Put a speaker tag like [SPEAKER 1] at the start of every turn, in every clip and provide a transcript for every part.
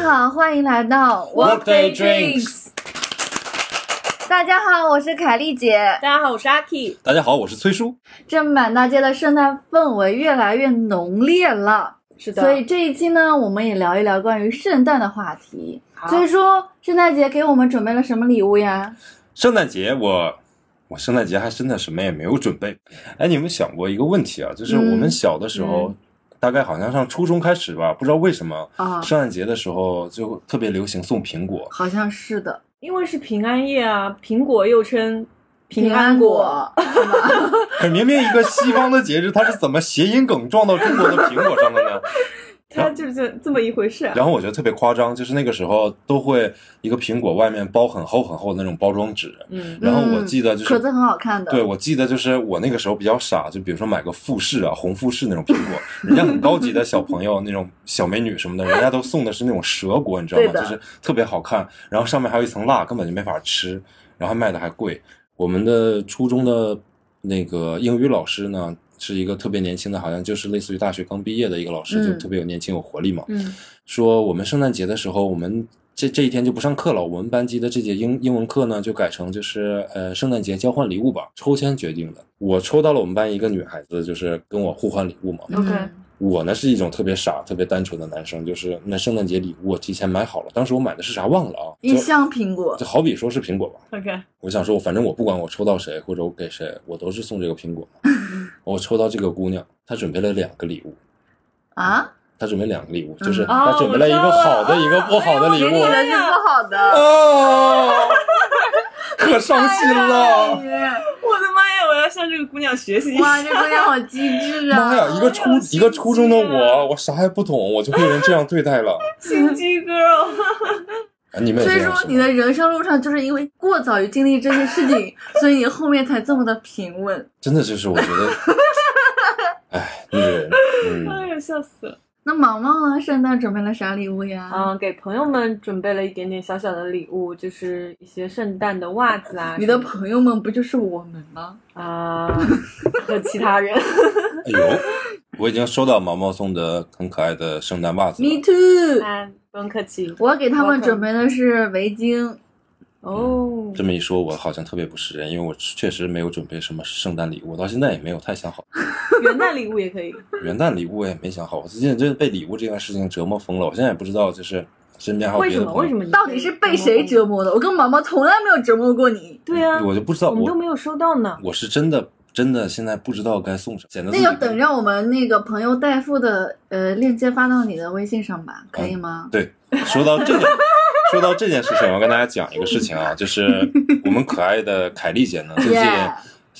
[SPEAKER 1] 好，欢迎来到
[SPEAKER 2] Workday Drinks。
[SPEAKER 1] 大家好，我是凯丽姐。
[SPEAKER 3] 大家好，我是阿 K。
[SPEAKER 2] 大家好，我是崔叔。
[SPEAKER 1] 这满大街的圣诞氛围越来越浓烈了，
[SPEAKER 3] 是的，
[SPEAKER 1] 所以这一期呢，我们也聊一聊关于圣诞的话题。
[SPEAKER 3] 好
[SPEAKER 1] 所以说，圣诞节给我们准备了什么礼物呀？
[SPEAKER 2] 圣诞节我我圣诞节还真的什么也没有准备。哎，你们想过一个问题啊？就是我们
[SPEAKER 1] 嗯
[SPEAKER 2] 小的时候，大概好像上初中开始吧，不知道为什么
[SPEAKER 1] 啊，
[SPEAKER 2] 圣诞节的时候就特别流行送苹果。
[SPEAKER 1] 好像是的，
[SPEAKER 3] 因为是平安夜啊，苹果又称平
[SPEAKER 1] 安
[SPEAKER 3] 安果，
[SPEAKER 1] 是吗？
[SPEAKER 2] 可明明一个西方的节日，它是怎么谐音梗撞到中国的苹果上的呢？
[SPEAKER 3] 它就是这这么一回事啊。
[SPEAKER 2] 然后我觉得特别夸张，就是那个时候都会一个苹果外面包很厚很厚的那种包装纸，
[SPEAKER 3] 嗯，
[SPEAKER 2] 然后我记得就是
[SPEAKER 1] 壳子很好看的。
[SPEAKER 2] 对，我记得就是我那个时候比较傻，就比如说买个富士啊，红富士那种苹果，人家很高级的小朋友那种小美女什么的，人家都送的是那种蛇果，你知道
[SPEAKER 1] 对
[SPEAKER 2] 吗？
[SPEAKER 1] 的
[SPEAKER 2] 就是特别好看，然后上面还有一层蜡，根本就没法吃，然后卖的还贵。我们的初中的那个英语老师呢，是一个特别年轻的，好像就是类似于大学刚毕业的一个老师，
[SPEAKER 1] 嗯
[SPEAKER 2] 就特别有年轻有活力嘛。
[SPEAKER 3] 嗯，
[SPEAKER 2] 说我们圣诞节的时候，我们这这一天就不上课了。我们班级的这节英英文课呢，就改成就是呃圣诞节交换礼物吧，抽签决定的。我抽到了我们班一个女孩子，就是跟我互换礼物嘛。
[SPEAKER 1] 嗯
[SPEAKER 3] OK
[SPEAKER 2] 我呢是一种特别傻、特别单纯的男生，就是那圣诞节礼物我提前买好了，当时我买的是啥忘了啊，
[SPEAKER 1] 一
[SPEAKER 2] 就
[SPEAKER 1] 箱苹果
[SPEAKER 2] 就，好比说是苹果吧。
[SPEAKER 3] OK，
[SPEAKER 2] 我想说，我反正我不管我抽到谁或者我给谁，我都是送这个苹果 嘛。我抽到这个姑娘，她准备了两个礼物，
[SPEAKER 1] 啊，
[SPEAKER 2] 她准备两个礼物，就是
[SPEAKER 1] 嗯
[SPEAKER 2] 她
[SPEAKER 3] 哦
[SPEAKER 2] 准备了一
[SPEAKER 3] 我
[SPEAKER 2] 个
[SPEAKER 3] 知道
[SPEAKER 2] 好的，
[SPEAKER 3] 了
[SPEAKER 2] 一个不好的礼
[SPEAKER 1] 哦给
[SPEAKER 2] 物。
[SPEAKER 1] 你的是不好的。
[SPEAKER 2] 哦， 可伤心了！
[SPEAKER 3] 我的妈呀，我要向这个姑娘学习一
[SPEAKER 1] 哇，
[SPEAKER 3] 下。
[SPEAKER 1] 哎这姑娘好机智啊！
[SPEAKER 2] 妈哎呀，一个初
[SPEAKER 3] 好伤心
[SPEAKER 2] 一个初中的
[SPEAKER 3] 啊
[SPEAKER 2] 我，我啥也不懂，我就被人这样对待了。
[SPEAKER 3] 心机 girl，
[SPEAKER 2] 啊，你们也
[SPEAKER 1] 所以
[SPEAKER 2] 这样
[SPEAKER 1] 说，
[SPEAKER 2] 是
[SPEAKER 1] 你
[SPEAKER 2] 吗？
[SPEAKER 1] 的人生路上就是因为过早于经历这些事 情，所以你后面才这么的平稳。
[SPEAKER 2] 真的就是我觉得， 哎，女人，
[SPEAKER 3] 哎
[SPEAKER 2] 嗯，
[SPEAKER 3] 呀，笑死了。
[SPEAKER 1] 那毛毛呢？圣诞准备了啥礼物呀？
[SPEAKER 3] 嗯，给朋友们准备了一点点小小的礼物，就是一些圣诞的袜子 啊什么，
[SPEAKER 1] 你的朋友们不就是我们吗？
[SPEAKER 3] 啊和其他人。
[SPEAKER 2] 哎呦，我已经收到毛毛送的很可爱的圣诞袜子了
[SPEAKER 1] Me too。
[SPEAKER 3] 哎，不用客气。
[SPEAKER 1] 我给他们
[SPEAKER 3] Welcome
[SPEAKER 1] 准备的是围巾，
[SPEAKER 3] 哦，
[SPEAKER 2] 这么一说，我好像特别不是人，因为我确实没有准备什么圣诞礼物，到现在也没有太想好。
[SPEAKER 3] 元旦礼物也可以。
[SPEAKER 2] 元旦礼物我也没想好，我最近真的被礼物这件事情折磨疯了。我现在也不知道，就是身边还有
[SPEAKER 3] 为
[SPEAKER 2] 别
[SPEAKER 3] 什
[SPEAKER 2] 的
[SPEAKER 3] 么？
[SPEAKER 2] 朋
[SPEAKER 3] 为什
[SPEAKER 2] 友，
[SPEAKER 3] 么你
[SPEAKER 1] 到底是被谁折磨的？我跟毛毛从来没有折磨过你。
[SPEAKER 3] 对啊，
[SPEAKER 2] 我就不知道
[SPEAKER 3] 我们
[SPEAKER 2] 我
[SPEAKER 3] 都没有收到呢。
[SPEAKER 2] 我是真的真的现在不知道该送什么，显得
[SPEAKER 1] 那
[SPEAKER 2] 自己
[SPEAKER 1] 就等让我们那个朋友代付的呃链接发到你的微信上吧，可以
[SPEAKER 2] 嗯
[SPEAKER 1] 吗？
[SPEAKER 2] 对。说到这件，说到这件事情，我要跟大家讲一个事情啊，就是我们可爱的凯丽姐呢，最 近
[SPEAKER 1] Yeah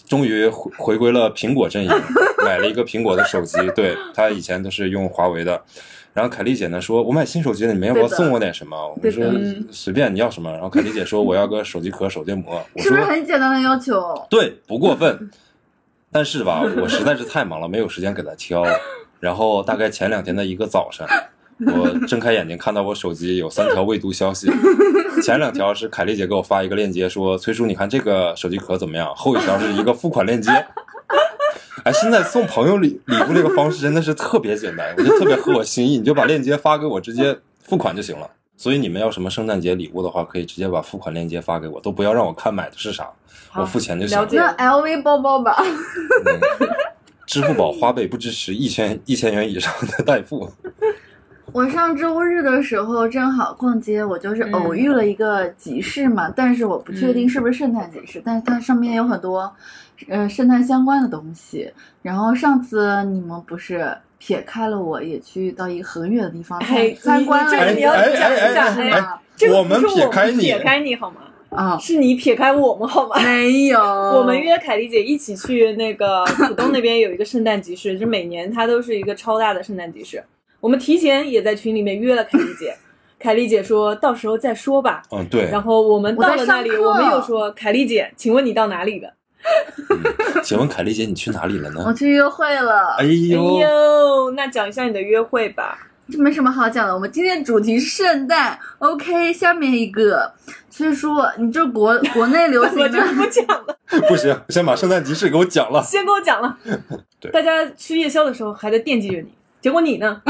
[SPEAKER 2] 终于回回归了苹果阵营，买了一个苹果的手机。对她以前都是用华为的。然后凯丽姐呢说：“我买新手机了，你们要不要
[SPEAKER 1] 对的
[SPEAKER 2] 送我点什么？”我
[SPEAKER 1] 对
[SPEAKER 2] 说
[SPEAKER 1] 的：“嗯
[SPEAKER 2] 随便，你要什么？”然后凯丽姐说：“我要个手机壳、手电膜。”我
[SPEAKER 1] 是
[SPEAKER 2] 说
[SPEAKER 1] 不是很简单的要求？：“
[SPEAKER 2] 对，不过分。”但是吧，我实在是太忙了，没有时间给她挑。然后大概前两天的一个早上，我睁开眼睛看到我手机有三条未读消息，前两条是凯丽姐给我发一个链接说：“崔叔，你看这个手机壳怎么样？”后一条是一个付款链接。 哎，现在送朋友礼礼物这个方式真的是特别简单，我就特别合我心意，你就把链接发给我，直接付款就行了。所以你们要什么圣诞节礼物的话，可以直接把付款链接发给我，都不要让我看买的是啥，
[SPEAKER 3] 好
[SPEAKER 2] 我付钱就行
[SPEAKER 3] 了解对
[SPEAKER 1] 那 LV 包包吧，
[SPEAKER 2] 嗯支付宝花呗不支持一千一千元以上的代付。
[SPEAKER 1] 我上周日的时候正好逛街，我就是
[SPEAKER 3] 嗯
[SPEAKER 1] 偶遇了一个集市嘛，但是我不确定
[SPEAKER 3] 嗯
[SPEAKER 1] 是不是圣诞集市，但是它上面有很多，呃，圣诞相关的东西。然后上次你们不是撇开了我，也去到一个很远的地方参
[SPEAKER 3] 哎
[SPEAKER 1] 参观
[SPEAKER 3] 这
[SPEAKER 1] 了
[SPEAKER 3] 个
[SPEAKER 1] 一
[SPEAKER 3] 你要
[SPEAKER 1] 个
[SPEAKER 3] 讲
[SPEAKER 1] 集
[SPEAKER 3] 一
[SPEAKER 1] 市
[SPEAKER 3] 下
[SPEAKER 1] 是
[SPEAKER 3] 哎哎哎哎
[SPEAKER 1] 吗？
[SPEAKER 3] 这个
[SPEAKER 2] 我
[SPEAKER 3] 不
[SPEAKER 2] 们
[SPEAKER 3] 是
[SPEAKER 2] 撇
[SPEAKER 3] 我
[SPEAKER 2] 开你
[SPEAKER 3] 撇开你好吗？
[SPEAKER 1] 啊，
[SPEAKER 3] 是你撇开我们好吗？
[SPEAKER 1] 没有，我
[SPEAKER 3] 我们约凯丽姐一起去那个浦东那边有一个圣诞集市，就每年它都是一个超大的圣诞集市。我们提前也在群里面约了凯丽姐，凯丽姐说到时候再说吧。
[SPEAKER 2] 嗯，对。
[SPEAKER 3] 然后我们
[SPEAKER 1] 我在
[SPEAKER 3] 到了那里，
[SPEAKER 1] 上课
[SPEAKER 3] 我们又说凯丽姐，请问你到哪里了？
[SPEAKER 2] 嗯请问凯丽姐，你去哪里了
[SPEAKER 1] 我
[SPEAKER 2] 呢？
[SPEAKER 1] 去约会了
[SPEAKER 2] 哎，
[SPEAKER 3] 嗯哦哎
[SPEAKER 2] 呦，
[SPEAKER 3] 呦，那讲一下你的约会吧。
[SPEAKER 1] 这没什么好讲的。我们今天的主题是圣诞，OK，下面一个，崔叔，你这国国内流
[SPEAKER 3] 我
[SPEAKER 1] 行
[SPEAKER 3] 就
[SPEAKER 1] 的
[SPEAKER 3] 不讲了。
[SPEAKER 2] 不行，先把圣诞集市给我讲了。
[SPEAKER 3] 先跟我讲了。
[SPEAKER 2] 对
[SPEAKER 3] 大家吃夜宵的时候还在惦记着你，结果你呢？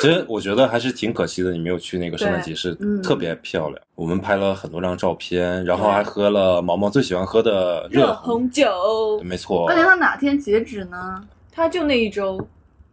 [SPEAKER 2] 其实我觉得还是挺可惜的，你没有去那个圣诞集市
[SPEAKER 1] 嗯，
[SPEAKER 2] 特别漂亮。我们拍了很多张照片，然后还喝了毛毛最喜欢喝的
[SPEAKER 3] 热
[SPEAKER 2] 红。
[SPEAKER 3] 红酒，
[SPEAKER 2] 没错
[SPEAKER 1] 那，得到哪天截止呢？
[SPEAKER 3] 它就那一周，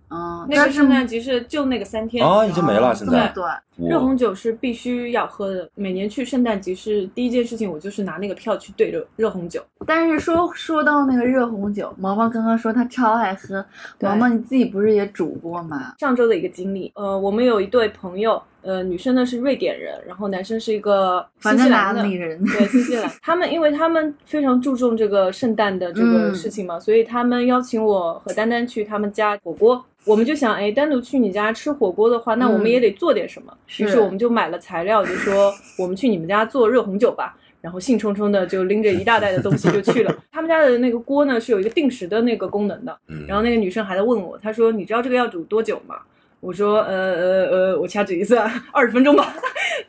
[SPEAKER 1] 嗯，
[SPEAKER 3] 那
[SPEAKER 1] 但
[SPEAKER 3] 个嗯
[SPEAKER 1] 是
[SPEAKER 3] 圣诞集市就那个三天。
[SPEAKER 2] 啊，已经没了。
[SPEAKER 1] 哦
[SPEAKER 2] 现
[SPEAKER 1] 这么
[SPEAKER 2] 在
[SPEAKER 1] 短，
[SPEAKER 3] 热
[SPEAKER 2] 我
[SPEAKER 3] 红酒是必须要喝的。每年去圣诞集市，第一件事情我就是拿那个票去兑热热红酒。
[SPEAKER 1] 但是说说到那个热红酒，毛毛刚刚说他超爱喝，
[SPEAKER 3] 对
[SPEAKER 1] 毛毛你自己不是也煮过吗？
[SPEAKER 3] 上周的一个经历，呃，我们有一对朋友，呃，女生呢是瑞典人，然后男生是一个
[SPEAKER 1] 反
[SPEAKER 3] 新西
[SPEAKER 1] 正
[SPEAKER 3] 兰
[SPEAKER 1] 哪
[SPEAKER 3] 的
[SPEAKER 1] 里。人，
[SPEAKER 3] 对新西兰，他们因为他们非常注重这个圣诞的这个事情嘛，
[SPEAKER 1] 嗯
[SPEAKER 3] 所以他们邀请我和丹丹去他们家火锅。我们就想，哎，单独去你家吃火锅的话，那我们
[SPEAKER 1] 嗯
[SPEAKER 3] 也得做点什么。
[SPEAKER 1] 是
[SPEAKER 3] 于是我们就买了材料，就说我们去你们家做热红酒吧。然后兴冲冲的就拎着一大袋的东西就去了。他们家的那个锅呢是有一个定时的那个功能的，
[SPEAKER 2] 嗯，
[SPEAKER 3] 然后那个女生还在问我，她说：“你知道这个要煮多久吗？”我说：“呃呃呃，我掐指一算，二十分钟吧。”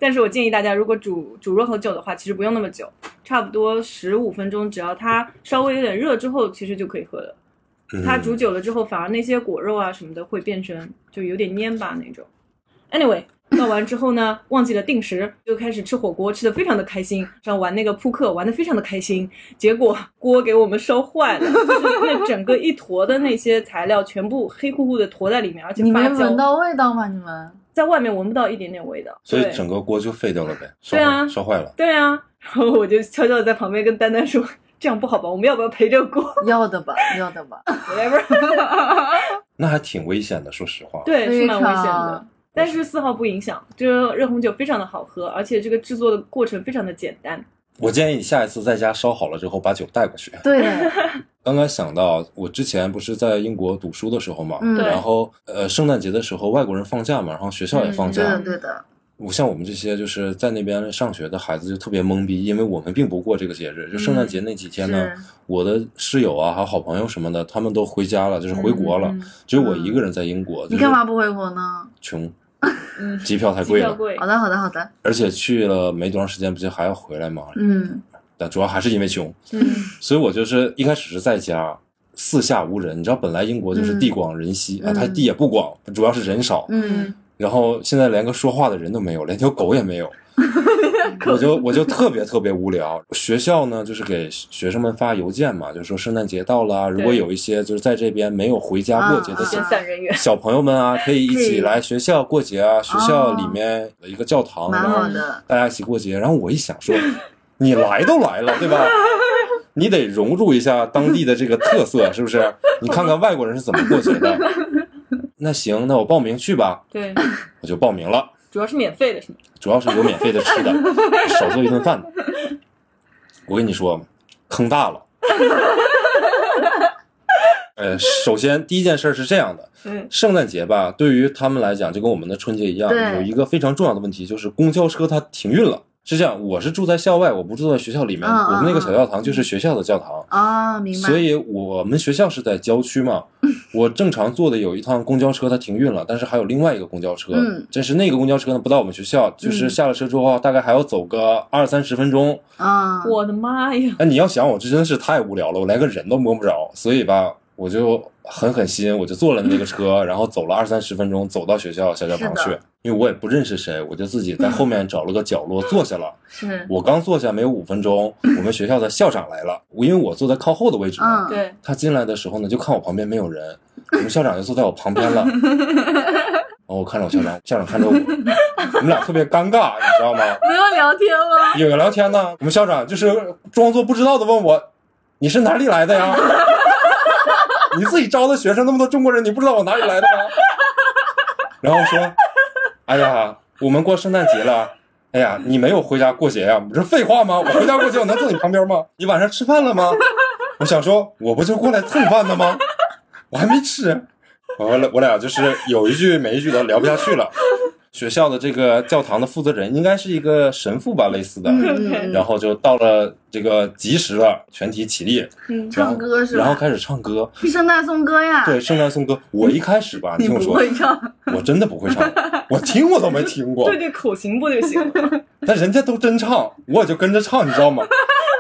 [SPEAKER 3] 但是我建议大家，如果煮煮热红酒的话，其实不用那么久，差不多十五分钟，只要它稍微有点热之后，其实就可以喝了。它
[SPEAKER 2] 嗯
[SPEAKER 3] 煮久了之后，反而那些果肉啊什么的会变成就有点蔫巴那种。Anyway，倒完之后呢，忘记了定时，就开始吃火锅，吃的非常的开心，然后玩那个扑克玩的非常的开心，结果锅给我们烧坏了，就是那整个一坨的那些材料全部黑乎乎的坨在里面，而且
[SPEAKER 1] 你
[SPEAKER 3] 发
[SPEAKER 1] 没闻
[SPEAKER 3] 酵，
[SPEAKER 1] 到味道吗？你们
[SPEAKER 3] 在外面闻不到一点点味道，
[SPEAKER 2] 所以
[SPEAKER 3] 对
[SPEAKER 2] 整个锅就废掉了呗，烧
[SPEAKER 3] 对啊
[SPEAKER 2] 坏烧坏了。
[SPEAKER 3] 对啊，然后我就悄悄的在旁边跟丹丹说，这样不好吧，我们要不要赔这个锅
[SPEAKER 1] 要的吧，要的吧。
[SPEAKER 3] ？whatever，
[SPEAKER 2] 那还挺危险的，说实话。
[SPEAKER 3] 对，是蛮危险
[SPEAKER 1] 非
[SPEAKER 3] 的
[SPEAKER 1] 常。
[SPEAKER 3] 但是丝毫不影响，这热红酒非常的好喝，而且这个制作的过程非常的简单。
[SPEAKER 2] 我建议你下一次在家烧好了之后把酒带过去。
[SPEAKER 1] 对的，
[SPEAKER 2] 刚刚想到，我之前不是在英国读书的时候嘛，
[SPEAKER 1] 嗯对
[SPEAKER 2] 然后呃，圣诞节的时候外国人放假嘛，然后学校也放
[SPEAKER 1] 对
[SPEAKER 2] 假，
[SPEAKER 1] 的，对的，
[SPEAKER 2] 我像我们这些就是在那边上学的孩子就特别懵逼，因为我们并不过这个节日。就圣诞节那几天呢，
[SPEAKER 1] 嗯是
[SPEAKER 2] 我的室友啊，还有好朋友什么的，他们都回家了，就是回国了，
[SPEAKER 3] 嗯嗯
[SPEAKER 2] 只有我一个人在英国。就
[SPEAKER 1] 你
[SPEAKER 2] 是
[SPEAKER 1] 干嘛不回国呢？
[SPEAKER 2] 穷，
[SPEAKER 3] 嗯，
[SPEAKER 2] 机票太
[SPEAKER 3] 机
[SPEAKER 2] 贵
[SPEAKER 3] 票
[SPEAKER 2] 了，
[SPEAKER 3] 贵
[SPEAKER 1] 好，的，好的，好的，
[SPEAKER 2] 而且去了没多长时间，不就还要回来吗？
[SPEAKER 1] 嗯，
[SPEAKER 2] 但主要还是因为穷，
[SPEAKER 3] 嗯，
[SPEAKER 2] 所以我就是一开始是在家。四下无人，你知道，本来英国就是地广人稀、啊，
[SPEAKER 1] 嗯
[SPEAKER 2] 它地也不广，主要是人少。
[SPEAKER 1] 嗯，
[SPEAKER 2] 然后现在连个说话的人都没有，连条狗也没有，
[SPEAKER 3] 嗯
[SPEAKER 2] 我就我就特别特别无聊。学校呢，就是给学生们发邮件嘛，就说圣诞节到了啊，如果有一些就是在这边没有回家过节的
[SPEAKER 1] 啊
[SPEAKER 2] 小
[SPEAKER 3] 先散人员。
[SPEAKER 2] 小朋友们啊，可以一
[SPEAKER 1] 可以
[SPEAKER 2] 起来学校过节啊，学校里面有一个教
[SPEAKER 3] 嗯
[SPEAKER 2] 堂，
[SPEAKER 1] 蛮
[SPEAKER 2] 然后
[SPEAKER 1] 好的。
[SPEAKER 2] 大家一起过节。然后我一想说，你来都来了，对吧？你得融入一下当地的这个特色，是不是？你看看外国人是怎么过节的。那行，那我报名去吧，
[SPEAKER 3] 对，
[SPEAKER 2] 我就报名了。
[SPEAKER 3] 主要是免费 的，是吗？
[SPEAKER 2] 主要是有免费的吃的，少做一顿饭。我跟你说，坑大了。呃，首先第一件事是这样的，
[SPEAKER 3] 嗯，
[SPEAKER 2] 圣诞节吧，对于他们来讲就跟我们的春节一样，
[SPEAKER 1] 对
[SPEAKER 2] 有一个非常重要的问题就是公交车它停运了。是这样，我是住在校外，我不住在学校里面，
[SPEAKER 1] 嗯嗯
[SPEAKER 2] 我们那个小教堂就是学校的教堂。
[SPEAKER 1] 啊，明白。
[SPEAKER 2] 所以我们学校是在郊 区嘛，我正常坐的有一趟公交车，它停运了，但是还有另外一个公交车，
[SPEAKER 1] 嗯
[SPEAKER 2] 但是那个公交车呢不到我们学校，就是下了车之后啊大概还要走个二三十分钟。
[SPEAKER 1] 啊，
[SPEAKER 3] 我的妈呀！
[SPEAKER 2] 哎那、你要想，我这真是太无聊了，我连个人都摸不着，所以吧，我就狠狠心，我就坐了那个车，然后走了二三十分钟，走到学校小教堂
[SPEAKER 1] 是
[SPEAKER 2] 去
[SPEAKER 1] 的，
[SPEAKER 2] 因为我也不认识谁，我就自己在后面找了个角落坐下了。
[SPEAKER 1] 是，
[SPEAKER 2] 我刚坐下没有五分钟，我们学校的校长来了，我因为我坐在靠后的位置嘛。
[SPEAKER 1] 嗯，
[SPEAKER 3] 对，
[SPEAKER 2] 他进来的时候呢，就看我旁边没有人，我们校长就坐在我旁 边了。然后我看着我校长，校长看着我，我们俩特别尴尬，你知道吗？
[SPEAKER 1] 没有聊天吗？
[SPEAKER 2] 有聊天呢，我们校长就是装作不知道的问我：“你是哪里来的呀？ 你自己招的学生那么多中国人，你不知道我哪里来的吗？” 然后说：“哎呀，我们过圣诞节了。”哎呀，你没有回家过节呀、你这废话吗？我回家过节，我能坐你旁边吗？你晚上吃饭了吗？我想说，我不就过来蹭饭的吗？我还没吃。我俩我俩就是有一句没一句的聊不下去了。学校的这个教堂的负责人应该是一个神父吧，类似的。
[SPEAKER 1] 嗯，
[SPEAKER 2] 然后就到了这个及时了，全体起立，
[SPEAKER 3] 嗯，
[SPEAKER 1] 唱歌是吧
[SPEAKER 2] 然后开始唱歌，
[SPEAKER 1] 圣诞颂歌呀，
[SPEAKER 2] 对，圣诞颂歌。我一开始吧，
[SPEAKER 1] 你
[SPEAKER 2] 你听我
[SPEAKER 1] 不
[SPEAKER 2] 说，
[SPEAKER 1] 会唱，
[SPEAKER 2] 我真的不 会唱，我听我都没听过
[SPEAKER 3] 对，对，口型不就行了？
[SPEAKER 2] 但人家都真唱，我也就跟着唱，你知道吗？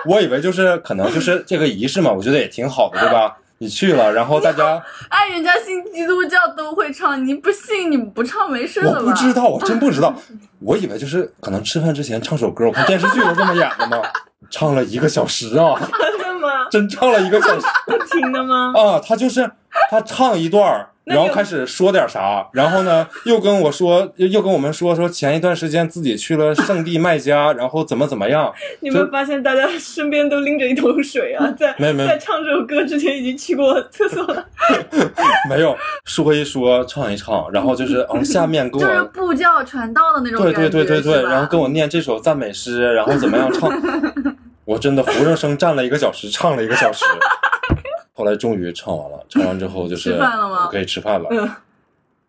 [SPEAKER 2] 我以为就是可能就是这个仪式嘛，我觉得也挺好的，对吧？你去了，然后大家
[SPEAKER 1] 哎，人家信基督教都会唱，你不信你不唱没事
[SPEAKER 2] 我
[SPEAKER 1] 的吧？
[SPEAKER 2] 不知道，我真不知道，我以为就是可能吃饭之前唱首歌，我看电视剧都这么演的嘛，唱了一个小时啊，
[SPEAKER 3] 真的吗？
[SPEAKER 2] 真唱了一个小时
[SPEAKER 3] 不停的吗？
[SPEAKER 2] 啊，他就是他唱一段儿。
[SPEAKER 3] 那
[SPEAKER 2] 然
[SPEAKER 3] 就
[SPEAKER 2] 后开始说点啥，然后呢，又跟我说，又又跟我们说说前一段时间自己去了圣地麦加，然后怎么怎么样，
[SPEAKER 3] 你们发现大家身边都拎着一桶水啊，在
[SPEAKER 2] 没有没有
[SPEAKER 3] 在唱这首歌之前已经去过厕所了。
[SPEAKER 2] 没有说一说唱一唱，然后就是嗯，下面跟
[SPEAKER 1] 就是
[SPEAKER 2] 我
[SPEAKER 1] 布教传道的那种
[SPEAKER 2] 对
[SPEAKER 1] 感觉，
[SPEAKER 2] 对对对对，
[SPEAKER 1] 是吧
[SPEAKER 2] 然后跟我念这首赞美诗，然后怎么样 唱，我真的活生生站了一个小时，唱了一 个小时，后来终于唱完了，唱完之后就是
[SPEAKER 1] 吃饭了吗
[SPEAKER 2] 我可以吃饭了，
[SPEAKER 3] 嗯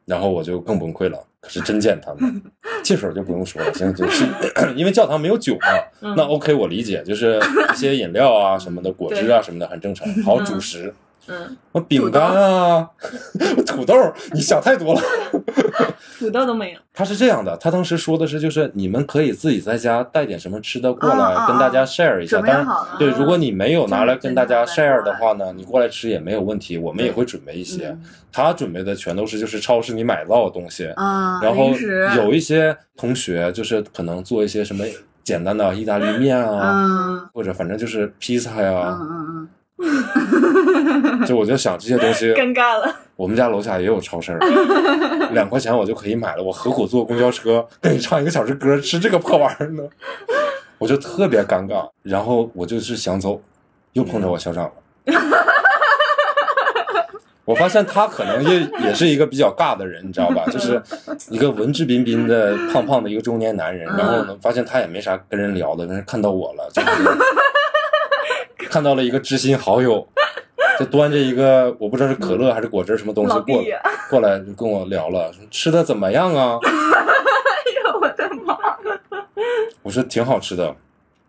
[SPEAKER 2] 然后我就更崩溃了，可是真见他
[SPEAKER 1] 嗯
[SPEAKER 2] 们，汽水就不用说了，现在就是 因为教堂没有酒嘛
[SPEAKER 3] 嗯，
[SPEAKER 2] 那 OK 我理解，就是一些饮料啊 什么的，果汁啊什么的很正常，还有主食。
[SPEAKER 3] 嗯，
[SPEAKER 2] 我饼干啊， 土豆儿，你想太多了。
[SPEAKER 3] 土豆都没有。
[SPEAKER 2] 他是这样的，他当时说的是，就是你们可以自己在家带点什么吃的过来，
[SPEAKER 1] 啊啊啊
[SPEAKER 2] 跟大家 share 一下。
[SPEAKER 1] 准
[SPEAKER 2] 当
[SPEAKER 1] 备
[SPEAKER 2] 然，
[SPEAKER 1] 好了，
[SPEAKER 2] 对，如果你没有拿来跟大家
[SPEAKER 1] 这样
[SPEAKER 2] share
[SPEAKER 1] 准备
[SPEAKER 2] 的
[SPEAKER 1] 好
[SPEAKER 2] 话呢，你过来吃也没有问题，我们也会准备一些。
[SPEAKER 1] 嗯
[SPEAKER 2] 他准备的全都是就是超市里买到的东西，
[SPEAKER 1] 啊，
[SPEAKER 2] 然后
[SPEAKER 1] 零食
[SPEAKER 2] 有一些同学就是可能做一些什么简单的意大利面啊，
[SPEAKER 1] 嗯
[SPEAKER 2] 或者反正就是披萨呀、
[SPEAKER 1] 嗯嗯嗯，
[SPEAKER 2] 就我就想这些东西
[SPEAKER 3] 尴尬了，
[SPEAKER 2] 我们家楼下也有超市儿，两块钱我就可以买了。我何苦坐公交车跟你唱一个小时歌，吃这个破玩意儿呢？我就特别尴尬，然后我就是想走，又碰着我校长了。我发现他可能也也是一个比较尬的人，你知道吧？就是一个文质彬彬的胖胖的一个中年男人，然后呢，发现他也没啥跟人聊的，但是看到我了，就是 看到了一个知心好友，就端着一个我不知道是可乐还是果汁什么东西
[SPEAKER 3] 嗯老
[SPEAKER 2] 过
[SPEAKER 3] 弟呀、
[SPEAKER 2] 过来就跟我聊了，说吃的怎么样啊？
[SPEAKER 3] 哎呦我的妈！
[SPEAKER 2] 我说挺好吃的，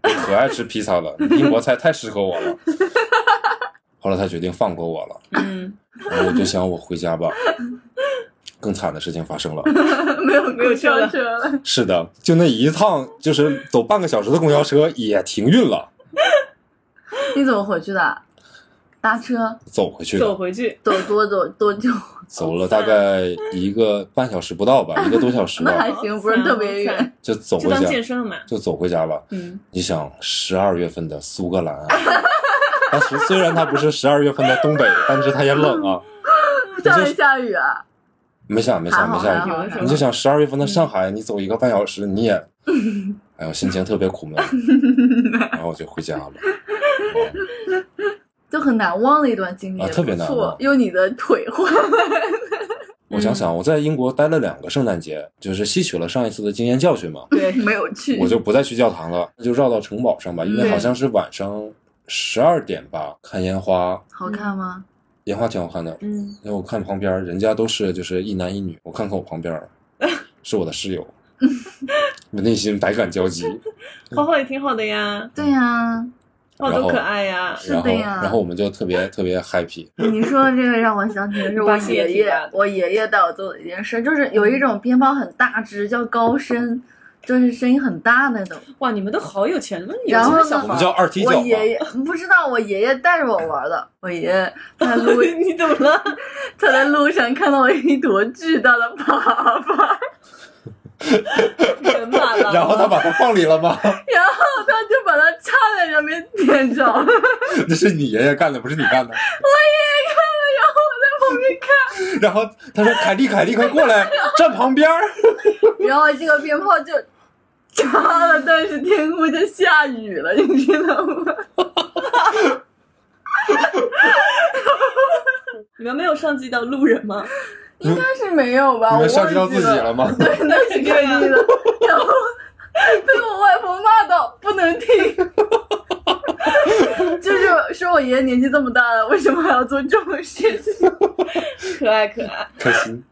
[SPEAKER 2] 我可爱吃披萨了，英国菜太适合我了。 后来他决定放过我了，
[SPEAKER 3] 嗯，
[SPEAKER 2] 然后我就想我回家吧。更惨的事情发生了，
[SPEAKER 1] 没有
[SPEAKER 3] 没有车了
[SPEAKER 1] 公交车了，
[SPEAKER 2] 是的，就那一趟，就是走半个小时的公交车也停运了，
[SPEAKER 1] 你怎么回去的？搭车
[SPEAKER 2] 走回去了
[SPEAKER 3] 走回去。
[SPEAKER 1] 走多走多久？
[SPEAKER 2] 走了大概一个半小时不到吧，一个多小时
[SPEAKER 1] 那还
[SPEAKER 2] 吧，
[SPEAKER 1] 行，不是特别
[SPEAKER 3] 好
[SPEAKER 1] 远
[SPEAKER 3] 惨。
[SPEAKER 2] 就走啊
[SPEAKER 3] 就
[SPEAKER 2] 回
[SPEAKER 3] 当
[SPEAKER 2] 家
[SPEAKER 3] 健，身了嘛。
[SPEAKER 2] 就走回家了。
[SPEAKER 3] 嗯，
[SPEAKER 2] 你想，十二月份的苏格兰啊，当时虽然它不是十二月份的东北，但是它也冷啊。
[SPEAKER 1] 下没下雨啊？
[SPEAKER 2] 没下没下
[SPEAKER 1] 还好
[SPEAKER 2] 没下
[SPEAKER 1] 还
[SPEAKER 2] 雨，
[SPEAKER 1] 好
[SPEAKER 3] 有
[SPEAKER 1] 还
[SPEAKER 3] 什
[SPEAKER 2] 你
[SPEAKER 1] 好
[SPEAKER 2] 就想十二月份的上海，你走一个半小 时，你也，哎呦，心情特别苦闷。然后我就回家了，
[SPEAKER 1] 就很难忘的一段经历，
[SPEAKER 2] 啊特别难
[SPEAKER 1] 不错
[SPEAKER 2] 忘
[SPEAKER 1] 用你的腿换
[SPEAKER 2] 我想想，我在英国待了两个圣诞节，就是吸取了上一次的经验教训嘛，
[SPEAKER 3] 对嗯
[SPEAKER 1] 没有去，
[SPEAKER 2] 我就不再去教堂了，就绕到城堡上吧，因为
[SPEAKER 3] 对
[SPEAKER 2] 好像是晚上十二点吧，看烟花，
[SPEAKER 1] 好看吗？
[SPEAKER 2] 烟花挺好看的。
[SPEAKER 3] 嗯，
[SPEAKER 2] 因为我看旁边儿人家都是就是一男一女，我看看我旁 边儿是我的室友，我内心百感交集。
[SPEAKER 3] 花花也挺好的呀，
[SPEAKER 1] 对呀，
[SPEAKER 3] 花
[SPEAKER 2] 然
[SPEAKER 3] 多
[SPEAKER 2] 后
[SPEAKER 3] 可爱呀。
[SPEAKER 1] 是
[SPEAKER 2] 然后，
[SPEAKER 1] 的呀
[SPEAKER 2] 然后我们就特别特别 happy。
[SPEAKER 1] 你说的这个让我想起的是我
[SPEAKER 3] 巴西也
[SPEAKER 1] 爷
[SPEAKER 3] 挺大
[SPEAKER 1] 爷
[SPEAKER 3] 的，
[SPEAKER 1] 我爷爷带我做的一件事，就是有一种鞭炮很大只，叫高声，就是声音很大那种。
[SPEAKER 3] 哇，你们都好有钱，那你
[SPEAKER 1] 然后呢
[SPEAKER 3] 有钱
[SPEAKER 2] 我
[SPEAKER 3] 小
[SPEAKER 2] 们
[SPEAKER 3] 房
[SPEAKER 2] 叫二踢
[SPEAKER 1] 我
[SPEAKER 2] 脚
[SPEAKER 1] 爷
[SPEAKER 2] 嘛，
[SPEAKER 1] 爷不知道，我爷爷带着我玩的。我爷爷他路
[SPEAKER 3] 你怎么了？
[SPEAKER 1] 他在路上看到一坨巨大的粑粑，
[SPEAKER 3] 人马 了。
[SPEAKER 2] 然后他把它放里了吗？
[SPEAKER 1] 然后他就把它插在上面点着了。
[SPEAKER 2] 那是你爷爷干的，不是你干的。
[SPEAKER 1] 我爷爷看了，
[SPEAKER 2] 然后他说：“凯莉，凯莉，快过来， 站旁边儿。
[SPEAKER 1] 然后我在旁边看，然后这个鞭炮就 炸了，但是天空就下雨了，你知道吗？
[SPEAKER 3] 你们没有上级到路人吗？
[SPEAKER 1] 应该是没有吧，
[SPEAKER 2] 你
[SPEAKER 1] 我
[SPEAKER 2] 们
[SPEAKER 1] 忘
[SPEAKER 2] 上
[SPEAKER 1] 记
[SPEAKER 2] 升到自己了吗？
[SPEAKER 1] 对，那是肯定的。然后 被我外婆骂到不能听， 就是说我爷爷年纪这么大了，为什么还要做这种事情？
[SPEAKER 3] 可爱可爱，
[SPEAKER 2] 开心。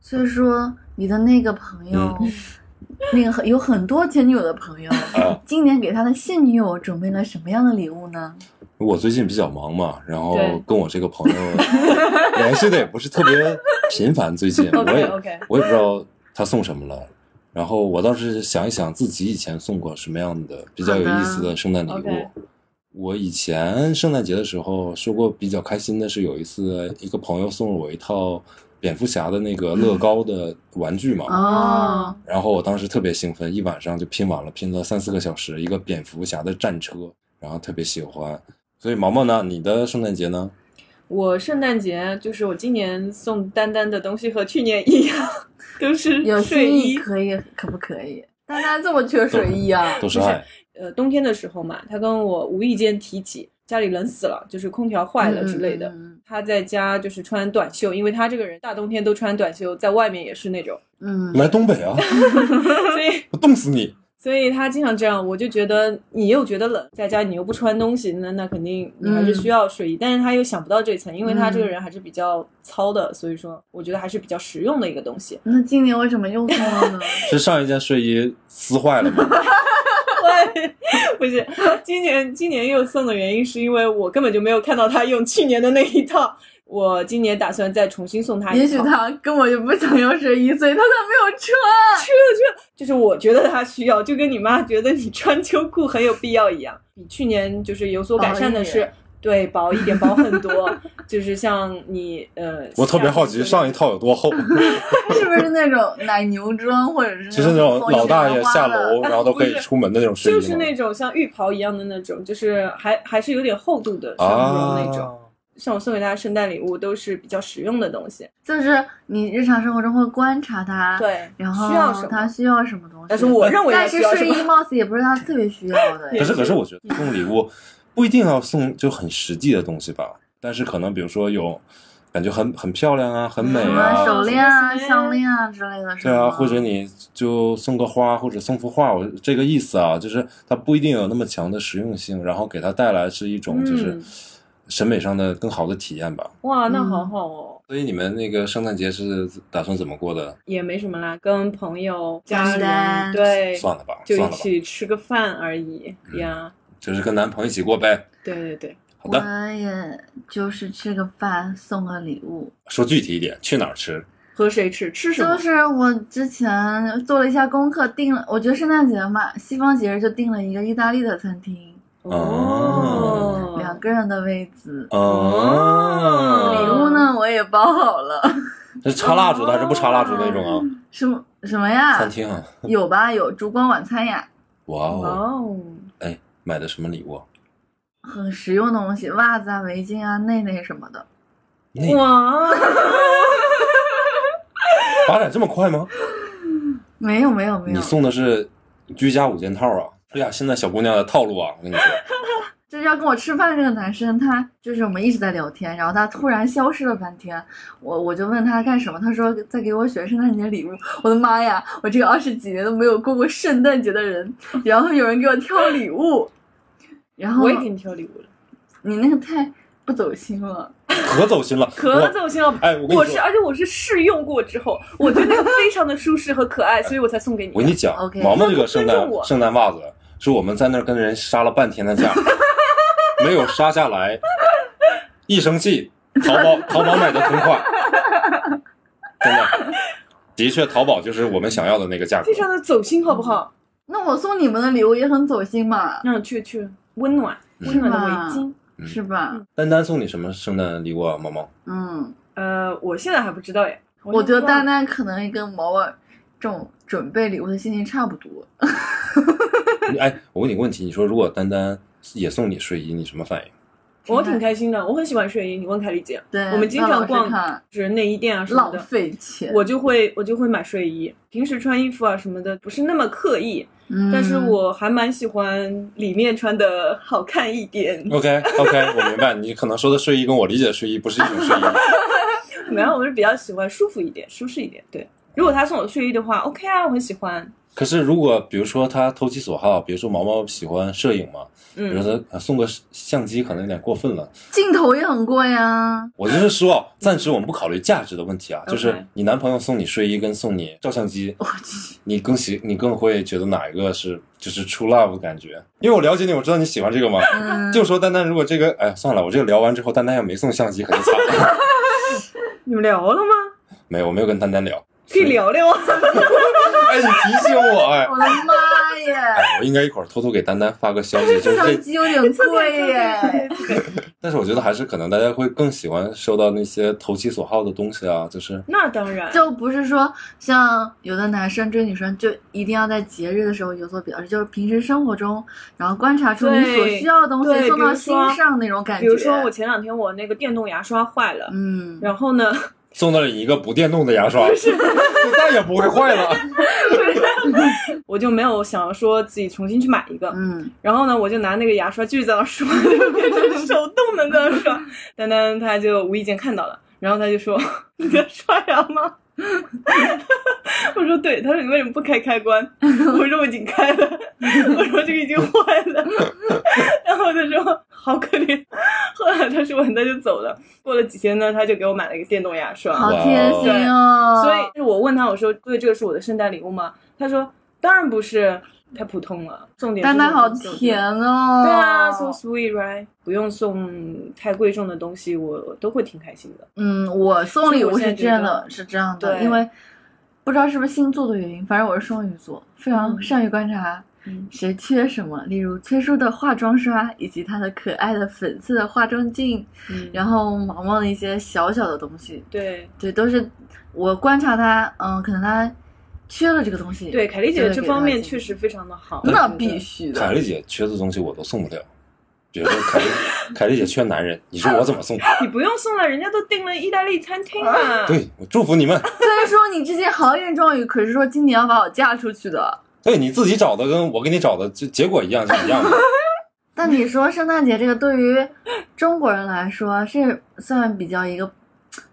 [SPEAKER 1] 所以说，你的那个朋友，
[SPEAKER 2] 嗯
[SPEAKER 1] 那个很有很多前女友的朋友，
[SPEAKER 2] 啊
[SPEAKER 1] 今年给他的现女友准备了什么样的礼物呢？
[SPEAKER 2] 我最近比较忙嘛，然后
[SPEAKER 3] 对
[SPEAKER 2] 跟我这 个朋友联系的也不是特别频繁，最近 我
[SPEAKER 3] OK，
[SPEAKER 2] 也
[SPEAKER 3] OK
[SPEAKER 2] 我也不知道他送什么了。然后我倒是想一想自己以前送过什么样的比较有意思的圣诞礼
[SPEAKER 3] 好的
[SPEAKER 2] 物
[SPEAKER 3] ，OK，
[SPEAKER 2] 我以前圣诞节的时候说过，比较开心的是有一次，一个朋友送了我一套蝙蝠侠的那个乐高的玩具
[SPEAKER 3] 嗯
[SPEAKER 2] 嘛，
[SPEAKER 1] 哦，
[SPEAKER 2] 然后我当时特别兴奋，一晚上就拼完了，拼了三四个小时，一个蝙蝠侠的战车，然后特别喜欢。所以毛毛呢，你的圣诞节呢？
[SPEAKER 3] 我圣诞节就是我今年送丹丹的东西和去年一样，都是
[SPEAKER 1] 有
[SPEAKER 3] 睡
[SPEAKER 1] 心意
[SPEAKER 3] 衣。
[SPEAKER 1] 可以，可不可以？大家这么缺水衣啊？
[SPEAKER 2] 都是爱，
[SPEAKER 3] 呃，冬天的时候嘛，他跟我无意间提起家里冷死了，就是空调坏了之类的。
[SPEAKER 1] 嗯
[SPEAKER 3] 他在家就是穿短袖，因为他这个人大冬天都穿短袖，在外面也是那种，
[SPEAKER 1] 嗯，。
[SPEAKER 2] 来东北啊，
[SPEAKER 3] 所以
[SPEAKER 2] 我冻死你！
[SPEAKER 3] 所以他经常这样，我就觉得你又觉得冷，在家你又不穿东西，那那肯定你还是需要睡衣，但是他又想不到这层，因为他这个人还是比较糙的，所以说我觉得还是比较实用的一个东西
[SPEAKER 1] 那今年为什么又送了呢？
[SPEAKER 2] 是上一件睡衣撕坏了吗？
[SPEAKER 3] 对，不是今年今年又送的原因是因为我根本就没有看到他用去年的那一套，我今年打算再重新送他一套。
[SPEAKER 1] 也许他根本就不想要睡衣，所以他才没有穿。
[SPEAKER 3] 就是我觉得他需要，就跟你妈觉得你穿秋裤很有必要一样。比去年就是有所改善的
[SPEAKER 1] 薄一
[SPEAKER 3] 是
[SPEAKER 1] 点，
[SPEAKER 3] 对，薄一点，薄很多。 就是像你呃，
[SPEAKER 2] 我特别好奇上一套有多 厚，
[SPEAKER 3] 嗯
[SPEAKER 1] 是不是那种奶牛装，或者是
[SPEAKER 2] 就是那种老大爷下
[SPEAKER 1] 风
[SPEAKER 2] 楼然后都可以出门的那种睡衣
[SPEAKER 3] 就
[SPEAKER 2] 吗？
[SPEAKER 3] 是那种像浴袍一样的那种，就是还还是有点厚度的上绒那种。
[SPEAKER 2] 啊，
[SPEAKER 3] 像我送给他的圣诞礼物都是比较实用的东西，
[SPEAKER 1] 就是你日常生活中会观察他，，
[SPEAKER 3] 对，
[SPEAKER 1] 啊然后
[SPEAKER 3] 需要什
[SPEAKER 1] 他
[SPEAKER 3] 么？
[SPEAKER 1] 需要什么东西。
[SPEAKER 3] 但是我认为
[SPEAKER 1] 但
[SPEAKER 3] 他需
[SPEAKER 1] 是
[SPEAKER 3] 要什
[SPEAKER 1] 睡
[SPEAKER 3] 么
[SPEAKER 1] 衣？貌似也不是他特别需要的。
[SPEAKER 2] 可
[SPEAKER 3] 也
[SPEAKER 2] 是
[SPEAKER 3] 是
[SPEAKER 2] 可是我觉得送礼物不一定要送就很实际的东西吧，但是可能比如说有感觉很很漂亮啊，很美
[SPEAKER 1] 哎什
[SPEAKER 2] 啊
[SPEAKER 1] 么，手链啊、
[SPEAKER 3] 什么
[SPEAKER 1] 项链啊之类的，是
[SPEAKER 2] 对啊，
[SPEAKER 1] 吗
[SPEAKER 2] 或者你就送个花，或者送幅画，我这个意思啊，就是它不一定有那么强的实用性，然后给它带来是一种就是
[SPEAKER 3] 嗯
[SPEAKER 2] 审美上的更好的体验吧。
[SPEAKER 3] 哇，那
[SPEAKER 1] 嗯
[SPEAKER 3] 好好哦，
[SPEAKER 2] 所以你们那个圣诞节是打算怎么过的？
[SPEAKER 3] 也没什么啦，跟朋友、家
[SPEAKER 1] 简单
[SPEAKER 3] 人对，
[SPEAKER 2] 算了吧，
[SPEAKER 3] 就
[SPEAKER 2] 算
[SPEAKER 3] 一
[SPEAKER 2] 了吧，嗯
[SPEAKER 3] 起吃个饭而已呀。
[SPEAKER 2] 就是跟男朋友一起过呗。
[SPEAKER 3] 对对对，
[SPEAKER 2] 好的，
[SPEAKER 1] 我也就是吃个饭，送个礼物。
[SPEAKER 2] 说具体一点，去哪儿吃？
[SPEAKER 3] 和谁吃？吃什么？
[SPEAKER 1] 就是我之前做了一下功课，定了，我觉得圣诞节嘛，西方节日就定了一个意大利的餐厅，
[SPEAKER 2] 哦
[SPEAKER 1] 两个人的位子。
[SPEAKER 2] 哦，
[SPEAKER 1] 礼物呢，我也包好了。
[SPEAKER 2] 是插蜡烛的还是不插蜡烛的那种啊？
[SPEAKER 1] 什么什么呀？
[SPEAKER 2] 餐厅啊，
[SPEAKER 1] 有吧？有烛光晚餐呀，
[SPEAKER 2] 哇哦，
[SPEAKER 3] 哦，
[SPEAKER 2] 哎，买的什么礼物啊？
[SPEAKER 1] 很实用的东西，袜子啊、围巾啊、内内什么的。
[SPEAKER 2] 那
[SPEAKER 3] 哦哇，
[SPEAKER 2] 发展这么快吗？
[SPEAKER 1] 没有没有没
[SPEAKER 2] 你
[SPEAKER 1] 有，
[SPEAKER 2] 送的是居家五件套啊！哎呀，现在小姑娘的套路啊，我跟你说，
[SPEAKER 1] 就是要跟我吃饭这个男生，他就是我们一直在聊天，然后他突然消失了半天，我我就问他干什么，他说在给我选圣诞节礼物。我的妈呀，我这个二十几年都没有过过圣诞节的人，然后有人给我挑礼物，然后
[SPEAKER 3] 我也给你挑礼物了，
[SPEAKER 1] 你那个太不走心了，
[SPEAKER 2] 可走心了，
[SPEAKER 3] 可
[SPEAKER 2] 我
[SPEAKER 3] 走心了。
[SPEAKER 2] 哎，我跟
[SPEAKER 3] 我
[SPEAKER 2] 你
[SPEAKER 3] 是，
[SPEAKER 2] 说，
[SPEAKER 3] 而且我是试用过之后，我觉得 那个非常的舒适和可爱，所以我才送给你。
[SPEAKER 2] 我跟你讲
[SPEAKER 1] OK，
[SPEAKER 2] 毛毛这个圣诞
[SPEAKER 3] 尊重我
[SPEAKER 2] 圣诞袜子是我们在那儿跟人杀了半天的价，没有杀下来，一生气，淘宝淘宝买的同款，真的，的确，淘宝就是我们想要的那个价格
[SPEAKER 3] 非。常的走心，好不好？
[SPEAKER 1] 那我送你们的礼物也很走心嘛，
[SPEAKER 3] 嗯，去去，温暖，
[SPEAKER 2] 嗯
[SPEAKER 3] 温暖的围巾。
[SPEAKER 2] 嗯
[SPEAKER 1] 是吧？
[SPEAKER 2] 丹丹送你什么圣诞礼物啊，毛毛？
[SPEAKER 1] 嗯，
[SPEAKER 3] 呃，我现在还不知道哎，
[SPEAKER 1] 我觉得丹
[SPEAKER 3] 单
[SPEAKER 1] 丹可能跟毛毛这种准备礼物的心情差不多。
[SPEAKER 2] 你哎，我问你个问题，你说如果丹丹也送你睡衣，你什么反应？
[SPEAKER 3] 我挺开心的，我很喜欢睡衣。你问凯丽姐，
[SPEAKER 1] 对，
[SPEAKER 3] 我们经
[SPEAKER 1] 到
[SPEAKER 3] 常
[SPEAKER 1] 老师
[SPEAKER 3] 逛
[SPEAKER 1] 看
[SPEAKER 3] 就是内衣店啊什么
[SPEAKER 1] 浪
[SPEAKER 3] 的，
[SPEAKER 1] 费钱。
[SPEAKER 3] 我就会我就会买睡衣。平时穿衣服啊什么的不是那么刻意，
[SPEAKER 1] 嗯，
[SPEAKER 3] 但是我还蛮喜欢里面穿的好看一点。
[SPEAKER 2] OK OK，我明白你可能说的睡衣跟我理解的睡衣不是一种睡衣。
[SPEAKER 3] 没有，我是比较喜欢舒服一点、舒适一点。对，如果他送我睡衣的话，OK 啊，我很喜欢。
[SPEAKER 2] 可是如果比如说他投其所好，比如说毛毛喜欢摄影嘛，比如
[SPEAKER 3] 嗯，
[SPEAKER 2] 说他呃送个相机可能有点过分了。
[SPEAKER 1] 镜头也很贵啊呀。
[SPEAKER 2] 我就是说，啊暂时我们不考虑价值的问题啊，
[SPEAKER 3] OK
[SPEAKER 2] 就是你男朋友送你睡衣跟送你照相机，
[SPEAKER 1] 我去，
[SPEAKER 2] 你更喜你更会觉得哪一个是就是 true love 的感觉？因为我了解你，我知道你喜欢这个嘛。
[SPEAKER 1] 嗯，
[SPEAKER 2] 就说丹丹，如果这个，哎，算了，我这个聊完之后，丹丹要没送相机，可就惨了。
[SPEAKER 3] 你们聊了吗？
[SPEAKER 2] 没有，我没有跟丹丹聊。
[SPEAKER 3] 可以聊聊啊。
[SPEAKER 2] 哎，你提醒我，哎，
[SPEAKER 1] 我的妈耶！
[SPEAKER 2] 哎我应该一会儿偷偷给丹丹发个消 息， 就是
[SPEAKER 1] 相
[SPEAKER 2] 这，
[SPEAKER 1] 机有点贵 耶，
[SPEAKER 2] 但是我觉得还是可能大家会更喜欢收到那些投其所好的东西啊，就是
[SPEAKER 3] 那当然，
[SPEAKER 1] 就不是说像有的男生追女生就一定要在节日的时候有所表示，就是平时生活中，然后观察出你所需要的东
[SPEAKER 3] 对
[SPEAKER 1] 西
[SPEAKER 3] 对
[SPEAKER 1] 送到
[SPEAKER 3] 比如
[SPEAKER 1] 心
[SPEAKER 3] 说
[SPEAKER 1] 上那种感觉。
[SPEAKER 3] 比如说我前两天我那个电动牙刷坏了，
[SPEAKER 1] 嗯，
[SPEAKER 3] 然后呢，
[SPEAKER 2] 送到了你一个不电动的牙刷，就再也不会坏了。
[SPEAKER 3] 我就没有想说自己重新去买一个，
[SPEAKER 1] 嗯，
[SPEAKER 3] 然后呢，我就拿那个牙刷继续在那刷，就变成手动的在那刷。丹丹她就无意间看到了，然后她就说：“ 你在刷牙吗？” 我说：“对。”她说：“你为什么不开开 关？”我说：“我已经开了。” 我说：“这个已经坏了。” 然后她说：“好可怜。”后来她说完她就走了。过了几天呢，她就给我买了一个电动牙刷。
[SPEAKER 1] 好贴心哦。
[SPEAKER 3] 所以我问他，我说：“对，这个是我的圣诞礼物吗？”他说：“当然不是，太普通了。重点是
[SPEAKER 1] 丹丹好
[SPEAKER 3] 这个东西
[SPEAKER 1] 甜哦。
[SPEAKER 3] 对啊，so sweet right？不用送太贵重的东西，我都会挺开心的。
[SPEAKER 1] 嗯，我送礼物是这样
[SPEAKER 3] 所以我现在
[SPEAKER 1] 的，是这样的，
[SPEAKER 3] 对
[SPEAKER 1] 因为不知道是不是星座的原因，反正我是双鱼座，非常
[SPEAKER 3] 嗯
[SPEAKER 1] 善于观察
[SPEAKER 3] 嗯
[SPEAKER 1] 谁缺什么，例如崔叔的化妆刷，以及他的可爱的粉色的化妆镜，
[SPEAKER 3] 嗯
[SPEAKER 1] 然后毛毛的一些小小的东西，
[SPEAKER 3] 对
[SPEAKER 1] 对，都是我观察他，嗯，可能他缺了这个东西，
[SPEAKER 3] 对，凯丽姐
[SPEAKER 1] 就会
[SPEAKER 3] 这
[SPEAKER 1] 给
[SPEAKER 3] 方
[SPEAKER 1] 她
[SPEAKER 3] 面
[SPEAKER 1] 建
[SPEAKER 3] 确
[SPEAKER 1] 议
[SPEAKER 3] 实非常的好。
[SPEAKER 1] 那
[SPEAKER 3] 我觉得
[SPEAKER 1] 必须的
[SPEAKER 2] 凯，丽姐缺的东西我都送不了，比如说凯丽， 凯丽姐缺男人，你说我怎么送？
[SPEAKER 3] 你不用送了，人家都订了意大利餐厅啊。
[SPEAKER 2] 对我祝福你们，
[SPEAKER 1] 崔叔，你之前豪言壮语，可是说今年要把我嫁出去的，
[SPEAKER 2] 对你自己找的跟我给你找的就结果一样是一样的。
[SPEAKER 1] 但你说圣诞节这个对于中国人来说是算比较一个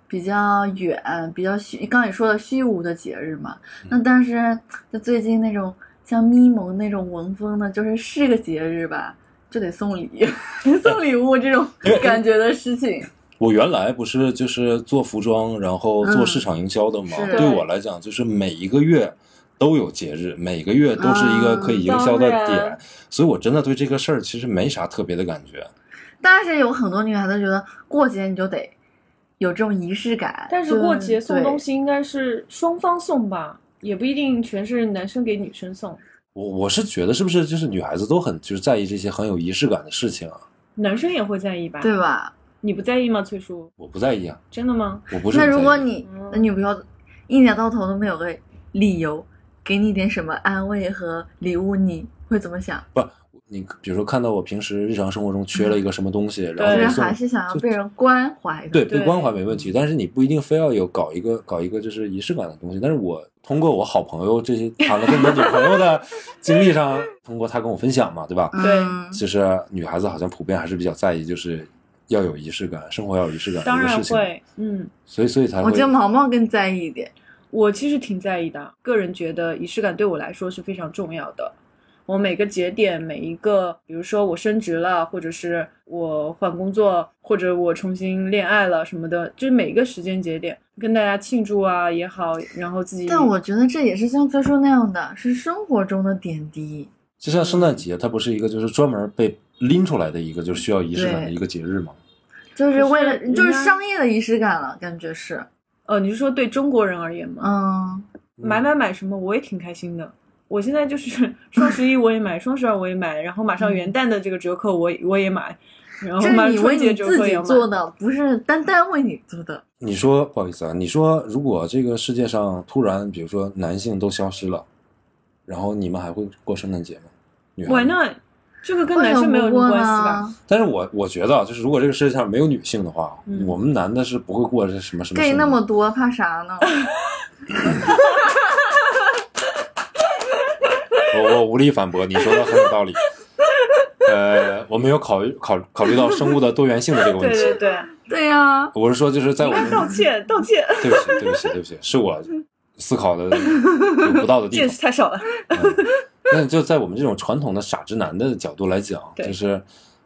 [SPEAKER 1] 比较远、比较虚，刚才你说的虚无的节日嘛。那但是就最近那种像咪蒙那种文风呢，就是是个节日吧，就得送礼、 送礼物这种感觉的事情。
[SPEAKER 2] 我原来不是就是做服装，然后做市场营销的嘛。
[SPEAKER 1] 嗯是
[SPEAKER 2] 对我来讲，就是每一个月都有节日，每个月都是一个可以营销的
[SPEAKER 3] 嗯当
[SPEAKER 2] 点，
[SPEAKER 3] 然
[SPEAKER 2] 所以我真的对这个事儿其实没啥特别的感觉。
[SPEAKER 1] 但是有很多女孩子觉得过节你就得有这种仪式感，
[SPEAKER 3] 但是过节送东
[SPEAKER 1] 西，
[SPEAKER 3] 西应该是双方送吧，也不一定全是男生给女生送，
[SPEAKER 2] 我我是觉得是不是就是女孩子都很就是在意这些很有仪式感的事情啊？
[SPEAKER 3] 男生也会在意吧？
[SPEAKER 1] 对吧？
[SPEAKER 3] 你不在意吗，崔叔？
[SPEAKER 2] 我不在意啊，
[SPEAKER 3] 真的吗？
[SPEAKER 2] 我不是
[SPEAKER 1] 那
[SPEAKER 2] 很在意。
[SPEAKER 1] 如果你
[SPEAKER 3] 嗯
[SPEAKER 1] 的女朋友一年到头都没有个理由给你点什么安慰和礼物，你会怎么想？
[SPEAKER 2] 你比如说看到我平时日常生活中缺了一个什么东西，然
[SPEAKER 1] 就
[SPEAKER 2] 后
[SPEAKER 1] 是
[SPEAKER 2] 你送
[SPEAKER 1] 嗯还是想要被人关怀的。
[SPEAKER 2] 对，被
[SPEAKER 3] 对
[SPEAKER 2] 关怀没问题，但是你不一定非要有搞一个搞一个就是仪式感的东西。但是我通过我好朋友这些谈了这么多女朋友的经历上，通过他跟我分享嘛，对吧？
[SPEAKER 1] 嗯，
[SPEAKER 2] 就是女孩子好像普遍还是比较在意，就是要有仪式感，生活要有仪式感
[SPEAKER 3] 当
[SPEAKER 2] 这个
[SPEAKER 3] 然
[SPEAKER 2] 事情，
[SPEAKER 3] 会，嗯。
[SPEAKER 2] 所以所以才
[SPEAKER 1] 我
[SPEAKER 2] 会
[SPEAKER 1] 觉得毛毛更在意一点。
[SPEAKER 3] 我其实挺在意的，个人觉得仪式感对我来说是非常重要的。我每个节点，每一个，比如说我升职了，或者是我换工作，或者我重新恋爱了什么的，就是每一个时间节点跟大家庆祝啊也好，然后自己，
[SPEAKER 1] 但我觉得这也是像崔叔那样的，是生活中的点滴。
[SPEAKER 2] 就像圣诞节，它不是一个就是专门被拎出来的一个就是需要仪式感的
[SPEAKER 1] 对
[SPEAKER 2] 一个节日嘛。
[SPEAKER 1] 就是为了
[SPEAKER 3] 可是
[SPEAKER 1] 就是
[SPEAKER 3] 人家
[SPEAKER 1] 商业的仪式感了，感觉是，
[SPEAKER 3] 呃，你是说对中国人而言吗？
[SPEAKER 1] 嗯，
[SPEAKER 3] 买买买什么我也挺开心的。我现在就是 双十一我也买，双十二我也买，然后马上元旦的这个折扣我也我也买，然后
[SPEAKER 1] 这
[SPEAKER 3] 马
[SPEAKER 1] 嗯是
[SPEAKER 3] 上
[SPEAKER 1] 你
[SPEAKER 3] 春
[SPEAKER 1] 为
[SPEAKER 3] 节
[SPEAKER 1] 你
[SPEAKER 3] 折
[SPEAKER 1] 自
[SPEAKER 3] 扣也
[SPEAKER 1] 己
[SPEAKER 3] 要买。
[SPEAKER 1] 做的，不是单单为你做的。
[SPEAKER 2] 你说不好意思啊，你说如果这个世界上突然比如说男性都消失了，然后你们还会过圣诞节吗？女孩
[SPEAKER 3] Why
[SPEAKER 2] 子
[SPEAKER 3] not？这个跟
[SPEAKER 1] 为
[SPEAKER 3] 男
[SPEAKER 1] 什
[SPEAKER 3] 生没有
[SPEAKER 1] 么
[SPEAKER 3] 什
[SPEAKER 1] 不过
[SPEAKER 3] 么关系吧？
[SPEAKER 1] 呢？
[SPEAKER 2] 但是我我觉得啊，就是如果这个世界上没有女性的话，
[SPEAKER 3] 嗯
[SPEAKER 2] 我们男的是不会过这什么什么
[SPEAKER 1] 给
[SPEAKER 2] 生日
[SPEAKER 1] 那么多，怕啥呢？
[SPEAKER 2] 我我无力反驳，你说的很有道理。呃，我没有考虑考考虑到生物的多元性的这个问
[SPEAKER 3] 对
[SPEAKER 2] 题。
[SPEAKER 3] 对对，
[SPEAKER 1] 对呀、
[SPEAKER 2] 我是说，就是在我们
[SPEAKER 3] 道歉道歉，
[SPEAKER 2] 对不起，对不起，对不起，是我思考的有不到的地
[SPEAKER 3] 见
[SPEAKER 2] 方
[SPEAKER 3] 识。太少了。
[SPEAKER 2] 那就在我们这种传统的傻直男的角度来讲，
[SPEAKER 3] 对
[SPEAKER 2] 就是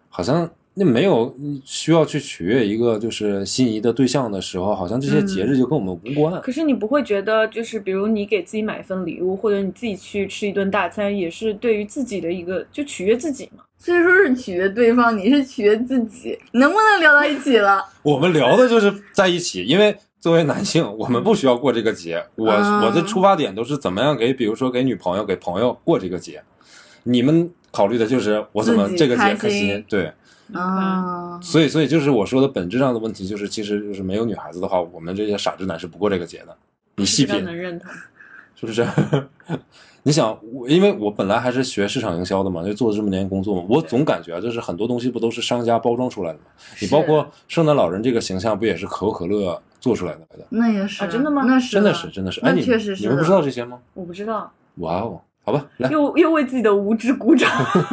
[SPEAKER 2] 好像那没有需要去取悦一个就是心仪的对象的时候，好像这些
[SPEAKER 1] 嗯
[SPEAKER 2] 节日就跟我们无关。
[SPEAKER 3] 可是你不会觉得，就是比如你给自己买一份礼物，或者你自己去吃一顿大餐，也是对于自己的一个就取悦自己嘛？
[SPEAKER 1] 所以说是取悦对方，你是取悦自己，能不能聊到一起了？
[SPEAKER 2] 我们聊的就是在一起，因为作为男性，我们不需要过这个节。我、
[SPEAKER 1] 嗯
[SPEAKER 2] 我的出发点都是怎么样给，比如说给女朋友、给朋友过这个节。你们考虑的就是我怎么
[SPEAKER 1] 自己
[SPEAKER 2] 这个节
[SPEAKER 1] 开
[SPEAKER 2] 开心
[SPEAKER 1] 心，
[SPEAKER 2] 对，
[SPEAKER 3] 啊
[SPEAKER 1] 嗯，
[SPEAKER 2] 所以所以就是我说的本质上的问题，就是其实就是没有女孩子的话，我们这些傻直男是不过这个节的。你细
[SPEAKER 3] 比较
[SPEAKER 2] 品，
[SPEAKER 3] 能认同。
[SPEAKER 2] 是不是？ 你想，我因为我本来还是学市场营销的嘛，就做了这么年工作嘛，我总感觉啊就是很多东西不都是商家包装出来的嘛？你包括圣诞老人这个形象，不也是可口可乐做出来的？
[SPEAKER 1] 那也是、
[SPEAKER 3] 啊真的吗
[SPEAKER 1] 那是
[SPEAKER 2] 真的是，真的是。哎，
[SPEAKER 1] 那
[SPEAKER 2] 你
[SPEAKER 1] 确实是
[SPEAKER 2] 你们不
[SPEAKER 1] 的
[SPEAKER 2] 知道这些吗？
[SPEAKER 3] 我不知道，
[SPEAKER 2] 哇哦，好吧，来，
[SPEAKER 3] 又又为自己的无知鼓掌。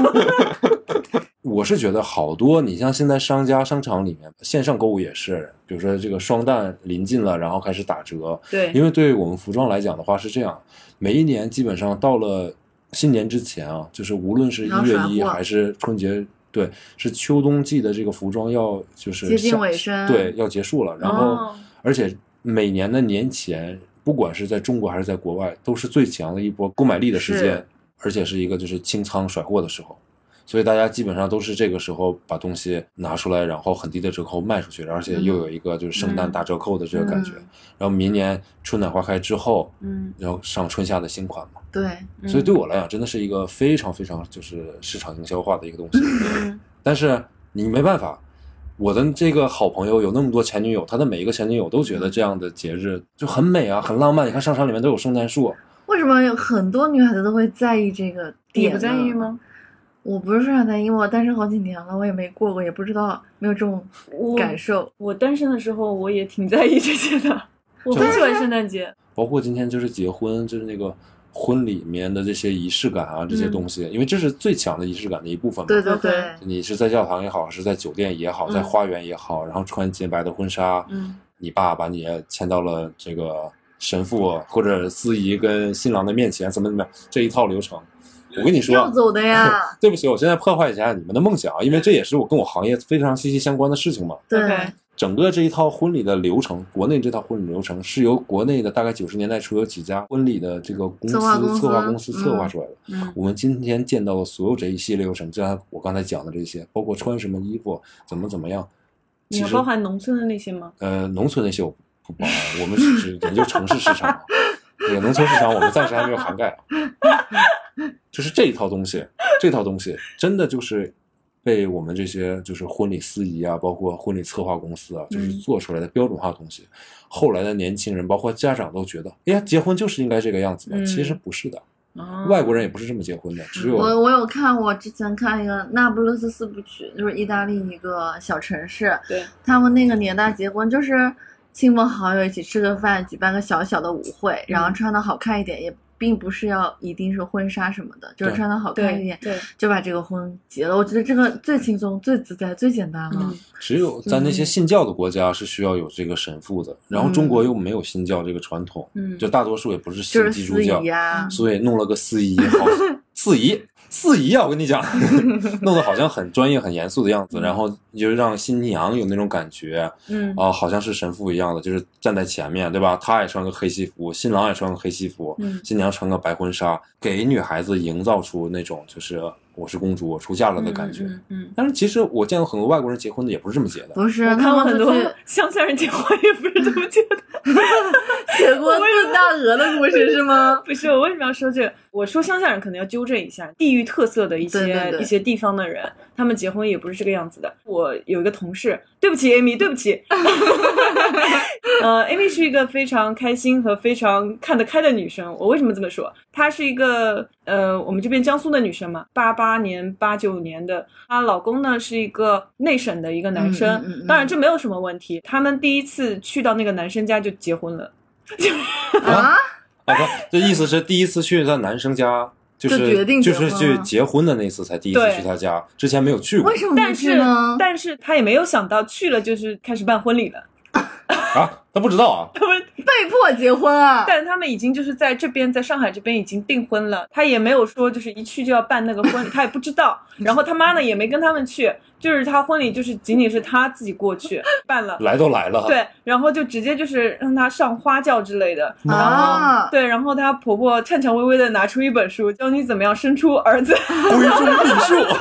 [SPEAKER 2] 我是觉得好多，你像现在商家商场里面，线上购物也是，比如说这个双旦临近了，然后开始打折，
[SPEAKER 3] 对
[SPEAKER 2] 因为对于我们服装来讲的话是这样，每一年基本上到了新年之前啊，就是无论是一
[SPEAKER 1] 要
[SPEAKER 2] 月
[SPEAKER 1] 甩
[SPEAKER 2] 一
[SPEAKER 1] 货
[SPEAKER 2] 还是春节，对，是秋冬季的这个服装要就是
[SPEAKER 1] 接近
[SPEAKER 2] 下
[SPEAKER 1] 尾声
[SPEAKER 2] 对，要结束了。然后、
[SPEAKER 3] 哦
[SPEAKER 2] 而且每年的年前，不管是在中国还是在国外，都是最强的一波购买力的时间
[SPEAKER 1] 是，
[SPEAKER 2] 而且是一个就是清仓甩货的时候。所以大家基本上都是这个时候把东西拿出来，然后很低的折扣卖出去，而且又有一个就是圣诞
[SPEAKER 3] 嗯
[SPEAKER 2] 大折扣的这个感觉。
[SPEAKER 1] 嗯
[SPEAKER 2] 然后明年春暖花开之后，
[SPEAKER 3] 嗯，
[SPEAKER 2] 然后上春夏的新款嘛。
[SPEAKER 1] 对，
[SPEAKER 3] 嗯
[SPEAKER 2] 所以对我来讲，真的是一个非常非常就是市场营销化的一个东西。
[SPEAKER 3] 嗯
[SPEAKER 2] 但是你没办法，我的这个好朋友有那么多前女友，他的每一个前女友都觉得这样的节日就很美啊，很浪漫。你看商场里面都有圣诞树，
[SPEAKER 1] 为什么有很多女孩子都会在意这个
[SPEAKER 3] 你
[SPEAKER 1] 点？
[SPEAKER 3] 不在意？吗？
[SPEAKER 1] 我不是非常在意，我单身好几年了，我也没过过，也不知道没有这种
[SPEAKER 3] 我
[SPEAKER 1] 感受。
[SPEAKER 3] 我单身的时候，我也挺在意这些的。我很喜欢圣诞节，
[SPEAKER 2] 包括今天就是结婚，就是那个婚礼里面的这些仪式感啊，这些东西，因为这是最强的仪式感的一部分嘛。
[SPEAKER 1] 嗯对对
[SPEAKER 3] OK
[SPEAKER 1] 对，
[SPEAKER 2] 你是在教堂也好，是在酒店也好，
[SPEAKER 3] 嗯
[SPEAKER 2] 在花园也好，然后穿洁白的婚纱，
[SPEAKER 3] 嗯，
[SPEAKER 2] 你爸把你牵到了这个神父或者司仪跟新郎的面前，怎么怎么样这一套流程，我跟你说。
[SPEAKER 1] 要，走的 呀
[SPEAKER 2] 对不起，我现在破坏一下你们的梦想啊，因为这也是我跟我行业非常息息相关的事情嘛。
[SPEAKER 1] 对
[SPEAKER 3] OK，
[SPEAKER 2] 整个这一套婚礼的流程，国内这套婚礼流程是由国内的大概九十年代初有几家婚礼的这个公司
[SPEAKER 1] 策划公司
[SPEAKER 2] 策划公
[SPEAKER 1] 嗯
[SPEAKER 2] 司策划出来的。
[SPEAKER 3] 嗯
[SPEAKER 2] 我们今天见到的所有这一系列流程，就像我刚才讲的这些，包括穿什么衣服，怎么怎么样，
[SPEAKER 3] 你
[SPEAKER 2] 其
[SPEAKER 3] 要
[SPEAKER 2] 实
[SPEAKER 3] 包含农村的那些吗？
[SPEAKER 2] 呃，农村那些我不包含，我们只是研究城市市场啊，那个农村市场我们暂时还没有涵盖啊。就是这一套东西，这套东西真的就是被我们这些就是婚礼司仪啊，包括婚礼策划公司啊，就是
[SPEAKER 3] 嗯
[SPEAKER 2] 做出来的标准化的东西。后来的年轻人，包括家长都觉得，哎呀，结婚就是应该这个样子的。其实
[SPEAKER 3] 嗯
[SPEAKER 2] 不是的，
[SPEAKER 3] 哦
[SPEAKER 2] 外国人也不是这么结婚的，只有
[SPEAKER 1] 我我有看，我之前看一个那不勒斯四部曲，就是意大利一个小城市，
[SPEAKER 3] 对，
[SPEAKER 1] 他们那个年代结婚就是亲朋好友一起吃个饭，举办个小小的舞会，然后穿的好看一点，也并不是要一定是婚纱什么的，就是
[SPEAKER 2] 对
[SPEAKER 1] 穿的好看一
[SPEAKER 3] 对
[SPEAKER 1] 点
[SPEAKER 3] 对，
[SPEAKER 1] 就把这个婚结了。我觉得这个最轻松、最自在、最简单了
[SPEAKER 3] 嗯。
[SPEAKER 2] 只有在那些信教的国家是需要有这个神父的，然后中国又没有信教这个传统，
[SPEAKER 3] 嗯，
[SPEAKER 2] 就大多数也不是
[SPEAKER 1] 就
[SPEAKER 2] 信
[SPEAKER 1] 是
[SPEAKER 2] 基督
[SPEAKER 1] 司
[SPEAKER 2] 教
[SPEAKER 1] 仪，啊呀、
[SPEAKER 3] 嗯
[SPEAKER 2] 所以弄了个司仪，好司仪司仪啊，我跟你讲，弄得好像很专业、很严肃的样子，然后就让新娘有那种感觉啊、
[SPEAKER 3] 嗯
[SPEAKER 2] 好像是神父一样的，就是站在前面，对吧？他也穿个黑西服，新郎也穿个黑西服，
[SPEAKER 3] 嗯
[SPEAKER 2] 新娘穿个白婚纱，给女孩子营造出那种就是我是公主，我出嫁了的感觉。
[SPEAKER 3] 嗯嗯。
[SPEAKER 2] 但是其实我见过很多外国人结婚的也不是这么结的，
[SPEAKER 1] 不是
[SPEAKER 3] 我看
[SPEAKER 1] 他
[SPEAKER 3] 过
[SPEAKER 1] 们
[SPEAKER 3] 很
[SPEAKER 1] 就
[SPEAKER 3] 多
[SPEAKER 1] 是
[SPEAKER 3] 乡下人结婚也不是这么结的。
[SPEAKER 1] 结过炖大鹅的故事是 吗？
[SPEAKER 3] 不是，我为什么要说这个？我说乡下人可能要纠正一下，地域特色的一些
[SPEAKER 1] 对对对
[SPEAKER 3] 一些地方的人，他们结婚也不是这个样子的。我有一个同事，对不起，Amy，对不起。 呃，Amy 是一个非常开心和非常看得开的女生。我为什么这么说？她是一个呃，我们这边江苏的女生嘛，八八年、八九年的。她老公呢是一个内省的一个男生，
[SPEAKER 1] 嗯嗯嗯嗯
[SPEAKER 3] 当然这没有什么问题。他们第一次去到那个男生家就结婚了。
[SPEAKER 1] 啊，
[SPEAKER 2] 啊，不，这意思是第一次去他男生家，就是
[SPEAKER 1] 就决定
[SPEAKER 2] 就
[SPEAKER 1] 结婚
[SPEAKER 2] 是
[SPEAKER 1] 了
[SPEAKER 2] 去结婚的那次才第一次
[SPEAKER 3] 对
[SPEAKER 2] 去他家，之前没有去过
[SPEAKER 1] 为什么
[SPEAKER 3] 但
[SPEAKER 1] 不
[SPEAKER 3] 是
[SPEAKER 1] 去呢？
[SPEAKER 3] 但是他也没有想到去了就是开始办婚礼了，
[SPEAKER 2] 啊，他不知道啊。
[SPEAKER 3] 他们，
[SPEAKER 1] 被迫结婚啊？
[SPEAKER 3] 但他们已经就是在这边，在上海这边已经订婚了，他也没有说就是一去就要办那个婚礼，他也不知道，然后他妈呢也没跟他们去，就是他婚礼就是仅仅是他自己过去办了。
[SPEAKER 2] 来都来了，，
[SPEAKER 3] 对，然后就直接就是让他上花轿之类的，然后、
[SPEAKER 1] 啊
[SPEAKER 3] 对，然后她婆婆颤颤巍巍的拿出一本书，教你怎么样生出儿子，
[SPEAKER 2] 闺中秘术，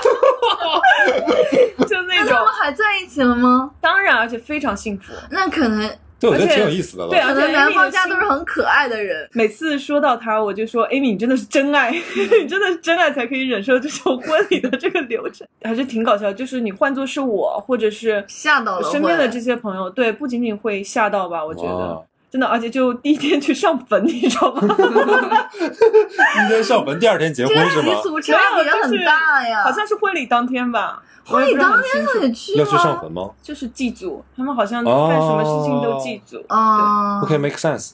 [SPEAKER 3] 就那
[SPEAKER 1] 那他
[SPEAKER 3] 种
[SPEAKER 1] 们，还在一起了吗？
[SPEAKER 3] 当然而且非常幸福，
[SPEAKER 1] 那可能
[SPEAKER 2] 对，我觉得
[SPEAKER 3] 而且
[SPEAKER 2] 挺有意思的了。
[SPEAKER 3] 对啊
[SPEAKER 1] 可能男方家都是很可爱的人，
[SPEAKER 3] 每次说到他，我就说，Amy，你真的是真爱， 你真的是真爱才可以忍受这种婚礼的这个流程，还是挺搞笑。就是你换做是我，或者是
[SPEAKER 1] 吓到
[SPEAKER 3] 我
[SPEAKER 1] 了
[SPEAKER 3] 身边的
[SPEAKER 1] 会
[SPEAKER 3] 这些朋友，对，不仅仅会吓到吧，我觉得
[SPEAKER 2] 哇，
[SPEAKER 3] 真的，而且就第一天去上坟，你知道吗？
[SPEAKER 2] 今天上坟，第二天结
[SPEAKER 1] 这
[SPEAKER 2] 婚
[SPEAKER 1] 个
[SPEAKER 2] 是吗
[SPEAKER 1] 习？俗差别很大呀。
[SPEAKER 3] 好像是婚礼当天吧，
[SPEAKER 1] 婚礼当
[SPEAKER 3] 天
[SPEAKER 1] 天也去
[SPEAKER 2] 要去上
[SPEAKER 1] 吗？
[SPEAKER 2] 坟吗
[SPEAKER 3] 就是祭祖，他们好像
[SPEAKER 1] 哦
[SPEAKER 3] 干什么事情都祭祖。
[SPEAKER 1] 啊，
[SPEAKER 2] ？OK，make sense。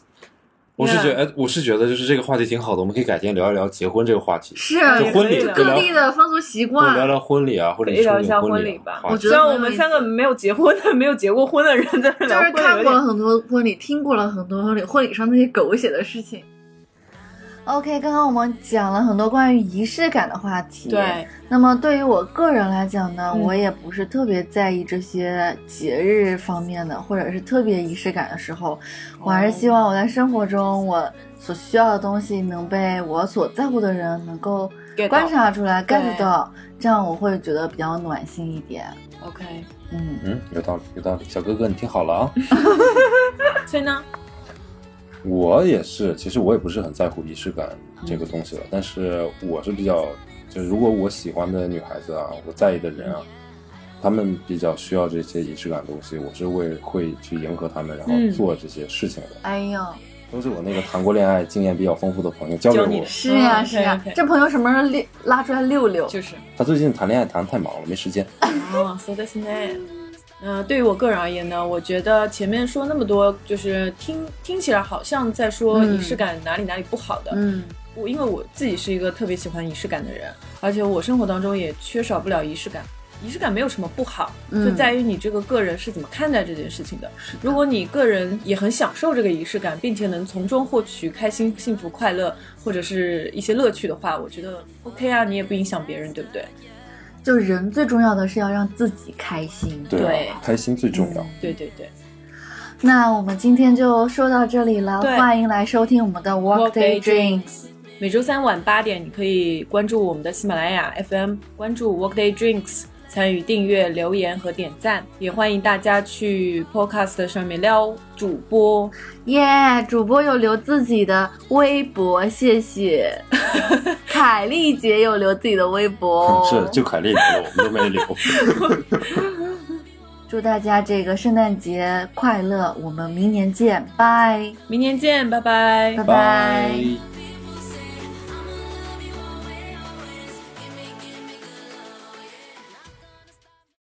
[SPEAKER 2] 我是
[SPEAKER 3] 啊
[SPEAKER 2] 觉得，哎，我是觉得就是这个话题挺好的，我们可以改天聊一聊结婚这个话题，
[SPEAKER 1] 是
[SPEAKER 2] 就婚礼
[SPEAKER 3] 可以
[SPEAKER 2] 就
[SPEAKER 3] 的
[SPEAKER 1] 各
[SPEAKER 2] 聊
[SPEAKER 1] 地的风俗习
[SPEAKER 2] 或者聊
[SPEAKER 1] 惯。
[SPEAKER 2] 聊婚礼啊，或者
[SPEAKER 3] 可以聊一下
[SPEAKER 2] 婚
[SPEAKER 3] 婚礼吧
[SPEAKER 1] 我觉
[SPEAKER 3] 虽
[SPEAKER 1] 得
[SPEAKER 3] 然
[SPEAKER 1] 很有
[SPEAKER 3] 我们三个没有结婚的、没有结过婚的人在这
[SPEAKER 1] 就
[SPEAKER 3] 聊
[SPEAKER 1] 是
[SPEAKER 3] 婚礼，有
[SPEAKER 1] 看
[SPEAKER 3] 点
[SPEAKER 1] 过了很多婚礼，听过了很多婚礼，婚礼上那些狗血的事情。OK，刚刚我们讲了很多关于仪式感的话题。
[SPEAKER 3] 对，
[SPEAKER 1] 那么对于我个人来讲呢，
[SPEAKER 3] 嗯
[SPEAKER 1] 我也不是特别在意这些节日方面的，或者是特别仪式感的时候，我还是希
[SPEAKER 3] 哦
[SPEAKER 1] 望我在生活中我所需要的东西能被我所在乎的人能够
[SPEAKER 3] get
[SPEAKER 1] 观察出来、
[SPEAKER 3] 对
[SPEAKER 1] get 到，这样我会觉得比较暖心一点。
[SPEAKER 3] 到 OK。
[SPEAKER 1] 嗯，
[SPEAKER 2] 嗯，有道理，有道理。小哥哥，你听好了啊，
[SPEAKER 3] 所以呢，
[SPEAKER 2] 我也是，其实我也不是很在乎仪式感
[SPEAKER 3] 嗯
[SPEAKER 2] 这个东西了，但是我是比较，就是如果我喜欢的女孩子啊，我在意的人啊，
[SPEAKER 3] 嗯
[SPEAKER 2] 他们比较需要这些仪式感的东西，我是会会去迎合他们，然
[SPEAKER 3] 嗯
[SPEAKER 2] 后做这些事情的。
[SPEAKER 1] 哎呦，
[SPEAKER 2] 都是我那个谈过恋爱经验比较丰富的朋友教给
[SPEAKER 3] 教你
[SPEAKER 2] 我
[SPEAKER 3] 的，
[SPEAKER 1] 是呀、
[SPEAKER 3] 嗯
[SPEAKER 1] 是呀、
[SPEAKER 3] OK，OK
[SPEAKER 1] 这朋友什么时候溜拉出来溜溜？
[SPEAKER 3] 就是
[SPEAKER 2] 他最近谈恋爱谈得太忙了，没时间。
[SPEAKER 3] 哦，そうですね。嗯、对于我个人而言呢，我觉得前面说那么多，就是听听起来好像在说
[SPEAKER 1] 嗯
[SPEAKER 3] 仪式感哪里哪里不好的。
[SPEAKER 1] 嗯
[SPEAKER 3] 我因为我自己是一个特别喜欢仪式感的人，而且我生活当中也缺少不了仪式感。仪式感没有什么不好，
[SPEAKER 1] 嗯
[SPEAKER 3] 就在于你这个个人是怎么看待这件事情的。如果你个人也很享受这个仪式感，并且能从中获取开心、幸福、快乐或者是一些乐趣的话，我觉得 OK 啊，你也不影响别人，对不对？
[SPEAKER 1] 就人最重要的是要让自己开心。
[SPEAKER 2] 对啊，
[SPEAKER 3] 对
[SPEAKER 2] 开心最重要。，
[SPEAKER 3] 对对对。
[SPEAKER 1] 那我们今天就说到这里了，
[SPEAKER 3] 对
[SPEAKER 1] 欢迎来收听我们的 Workday Dreams。
[SPEAKER 3] Drinks。每周三晚八点，你可以关注我们的喜马拉雅 FM，关注 Workday Drinks，参与订阅、留言和点赞。也欢迎大家去 Podcast 上面撩主播。
[SPEAKER 1] 耶主播有留自己的微博，谢 谢。凯丽姐有留自己的微博哦
[SPEAKER 2] 是就凯丽留了，我们都没留。
[SPEAKER 1] 祝大家这个圣诞节快乐，我们明年见，拜
[SPEAKER 3] 明年见，拜拜。
[SPEAKER 1] 拜拜。
[SPEAKER 2] 拜